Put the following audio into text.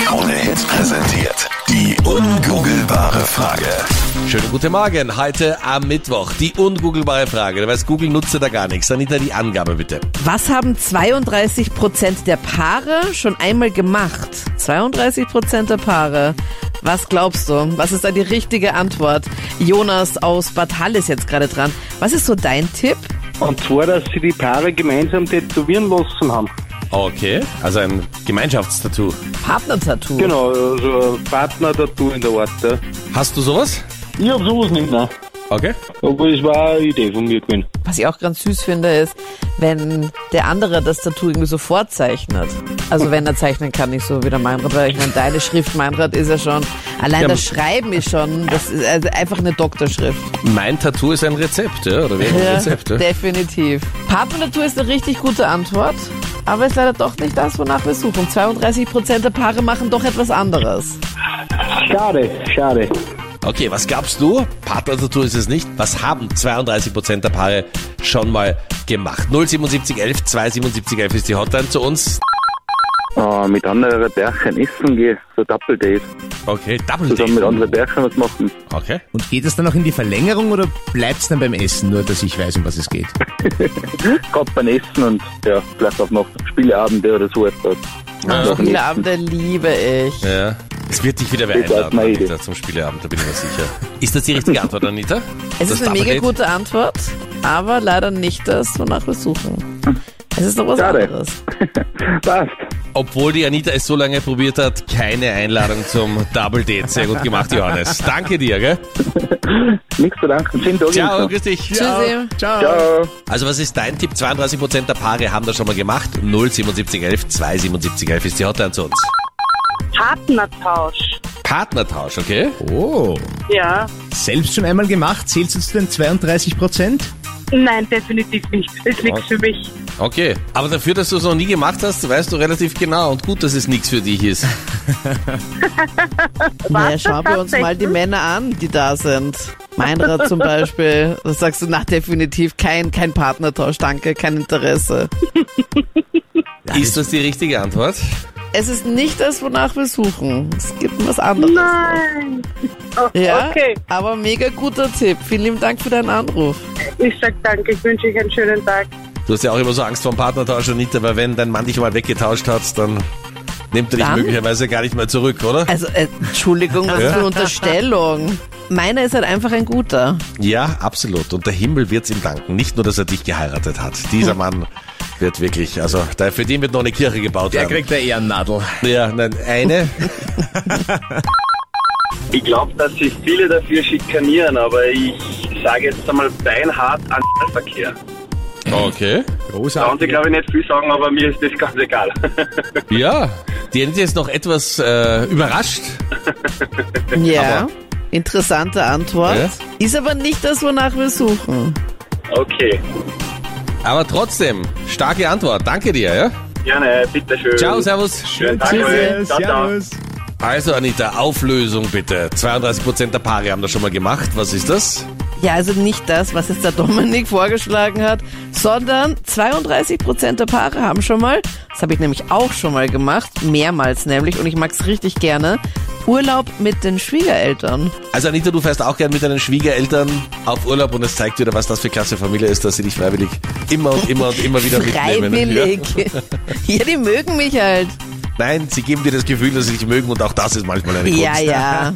Krone Hits präsentiert. Die ungoogelbare Frage. Schönen guten Morgen. Heute am Mittwoch. Die ungoogelbare Frage. Da weiß Google nutze da gar nichts. Anita, die Angabe bitte. Was haben 32 Prozent der Paare schon einmal gemacht? 32 Prozent der Paare. Was glaubst du? Was ist da die richtige Antwort? Jonas aus Bad Hall ist jetzt gerade dran. Was ist so dein Tipp? Und zwar, dass sie die Paare gemeinsam tätowieren lassen haben. Okay. Also ein Gemeinschaftstattoo. Partner-Tattoo. Genau, also ein Partner-Tattoo in der Art. Ja. Hast du sowas? Ich hab sowas nicht, nein. Okay. Aber es war eine Idee von mir gewesen. Was ich auch ganz süß finde, ist, wenn der andere das Tattoo irgendwie so vorzeichnet. Also wenn er zeichnen kann, nicht so wie der Meinrad, weil ich meine, deine Schrift, Meinrad, ist ja schon, allein Ja, das aber- Schreiben ist schon, das ist also einfach eine Doktorschrift. Mein Tattoo ist ein Rezept, ja? Oder wäre ein Rezept, ja? definitiv. Partnernatur ist eine richtig gute Antwort, aber ist leider doch nicht das, wonach wir suchen. 32% der Paare machen doch etwas anderes. Schade, schade. Okay, was glaubst du? Partner-Tattoo ist es nicht. Was haben 32% der Paare schon mal gemacht? 07711, 27711 ist die Hotline zu uns. äh, mit anderen Bärchen essen gehe, so Double Date. Okay, Double Zusammen mit Date. anderen Bärchen was machen. Okay. Und geht es dann auch in die Verlängerung oder bleibt es dann beim Essen, nur dass ich weiß, um was es geht? Kommt beim Essen und ja, vielleicht auch noch Spieleabende oder so etwas. Ah, Ja. Noch ein Viele Abende liebe ich. Ah, Ja. Es wird dich wieder wer Das ist einladen, meine Idee. Anita, zum Spieleabend, da bin ich mir sicher. Ist das die richtige Antwort, Anita? Es Das ist eine Double mega Date? gute Antwort, aber leider nicht das, wonach wir suchen. Es ist noch was Schade. anderes. Essen. Passt. Obwohl die Anita es so lange probiert hat, keine Einladung zum Double Date. Sehr gut gemacht, Johannes. Danke dir, gell? Nichts zu danken. Schönen Tag. Ciao, Ihnen noch. grüß dich. Tschüssi. Ciao. Also was ist dein Tipp? 32% der Paare haben das schon mal gemacht. 07711 27711 ist die Hotline zu uns. Partnertausch. Partnertausch, okay? Oh, Ja. selbst schon einmal gemacht? Zählst du zu den 32 Prozent? Nein, definitiv nicht. Ist nichts für mich. Okay. Aber dafür, dass du es noch nie gemacht hast, weißt du relativ genau und gut, dass es nichts für dich ist. Naja, das schauen wir uns mal die tatsächlich? Männer an, die da sind. Meinrad zum Beispiel. Da sagst du, na definitiv kein, kein Partnertausch, danke, kein Interesse. Ist das die richtige Antwort? Es ist nicht das, wonach wir suchen. Es gibt was anderes. Nein. Oh, Ja, Okay. aber mega guter Tipp. Vielen lieben Dank für deinen Anruf. Ich sag danke. Ich wünsche euch einen schönen Tag. Du hast ja auch immer so Angst vor dem Partnertausch, Anita, weil wenn dein Mann dich mal weggetauscht hat, dann nimmt er dich Dann? möglicherweise gar nicht mehr zurück, oder? Also, äh, Entschuldigung, was für eine Unterstellung. Meiner ist halt einfach ein guter. Ja, absolut. Und der Himmel wird's ihm danken. Nicht nur, dass er dich geheiratet hat. Hm. Dieser Mann wird wirklich, also da- für den wird noch eine Kirche gebaut Der werden. kriegt der Ehrennadel. Ja, nein, eine. Ich glaube, dass sich viele dafür schikanieren, aber ich sage jetzt einmal beinhart an Verkehr. Da Okay. haben sie, Großartig. glaube ich, nicht viel sagen, aber mir ist das ganz egal. Ja. Die Anita ist noch etwas äh, überrascht. Ja. Interessante Antwort. Ja. Ist aber nicht das, wonach wir suchen. Okay, Aber trotzdem, starke Antwort. Danke dir, ja? gerne, bitteschön. Ciao, servus. Schönen Tag, euch. ciao, ciao. Servus. Also Anita, Auflösung bitte. 32% der Paare haben das schon mal gemacht. Was ist das? Ja, also nicht das, was jetzt der Dominik vorgeschlagen hat, sondern 32 Prozent der Paare haben schon mal, das habe ich nämlich auch schon mal gemacht, mehrmals nämlich, und ich mag's richtig gerne, Urlaub mit den Schwiegereltern. Also Anita, du fährst auch gern mit deinen Schwiegereltern auf Urlaub und es zeigt wieder, was das für klasse Familie ist, dass sie dich freiwillig immer und immer und immer wieder mitnehmen. Freiwillig. Ja, die mögen mich halt. Nein, sie geben dir das Gefühl, dass sie dich mögen und auch das ist manchmal eine Kunst. Ja, ja.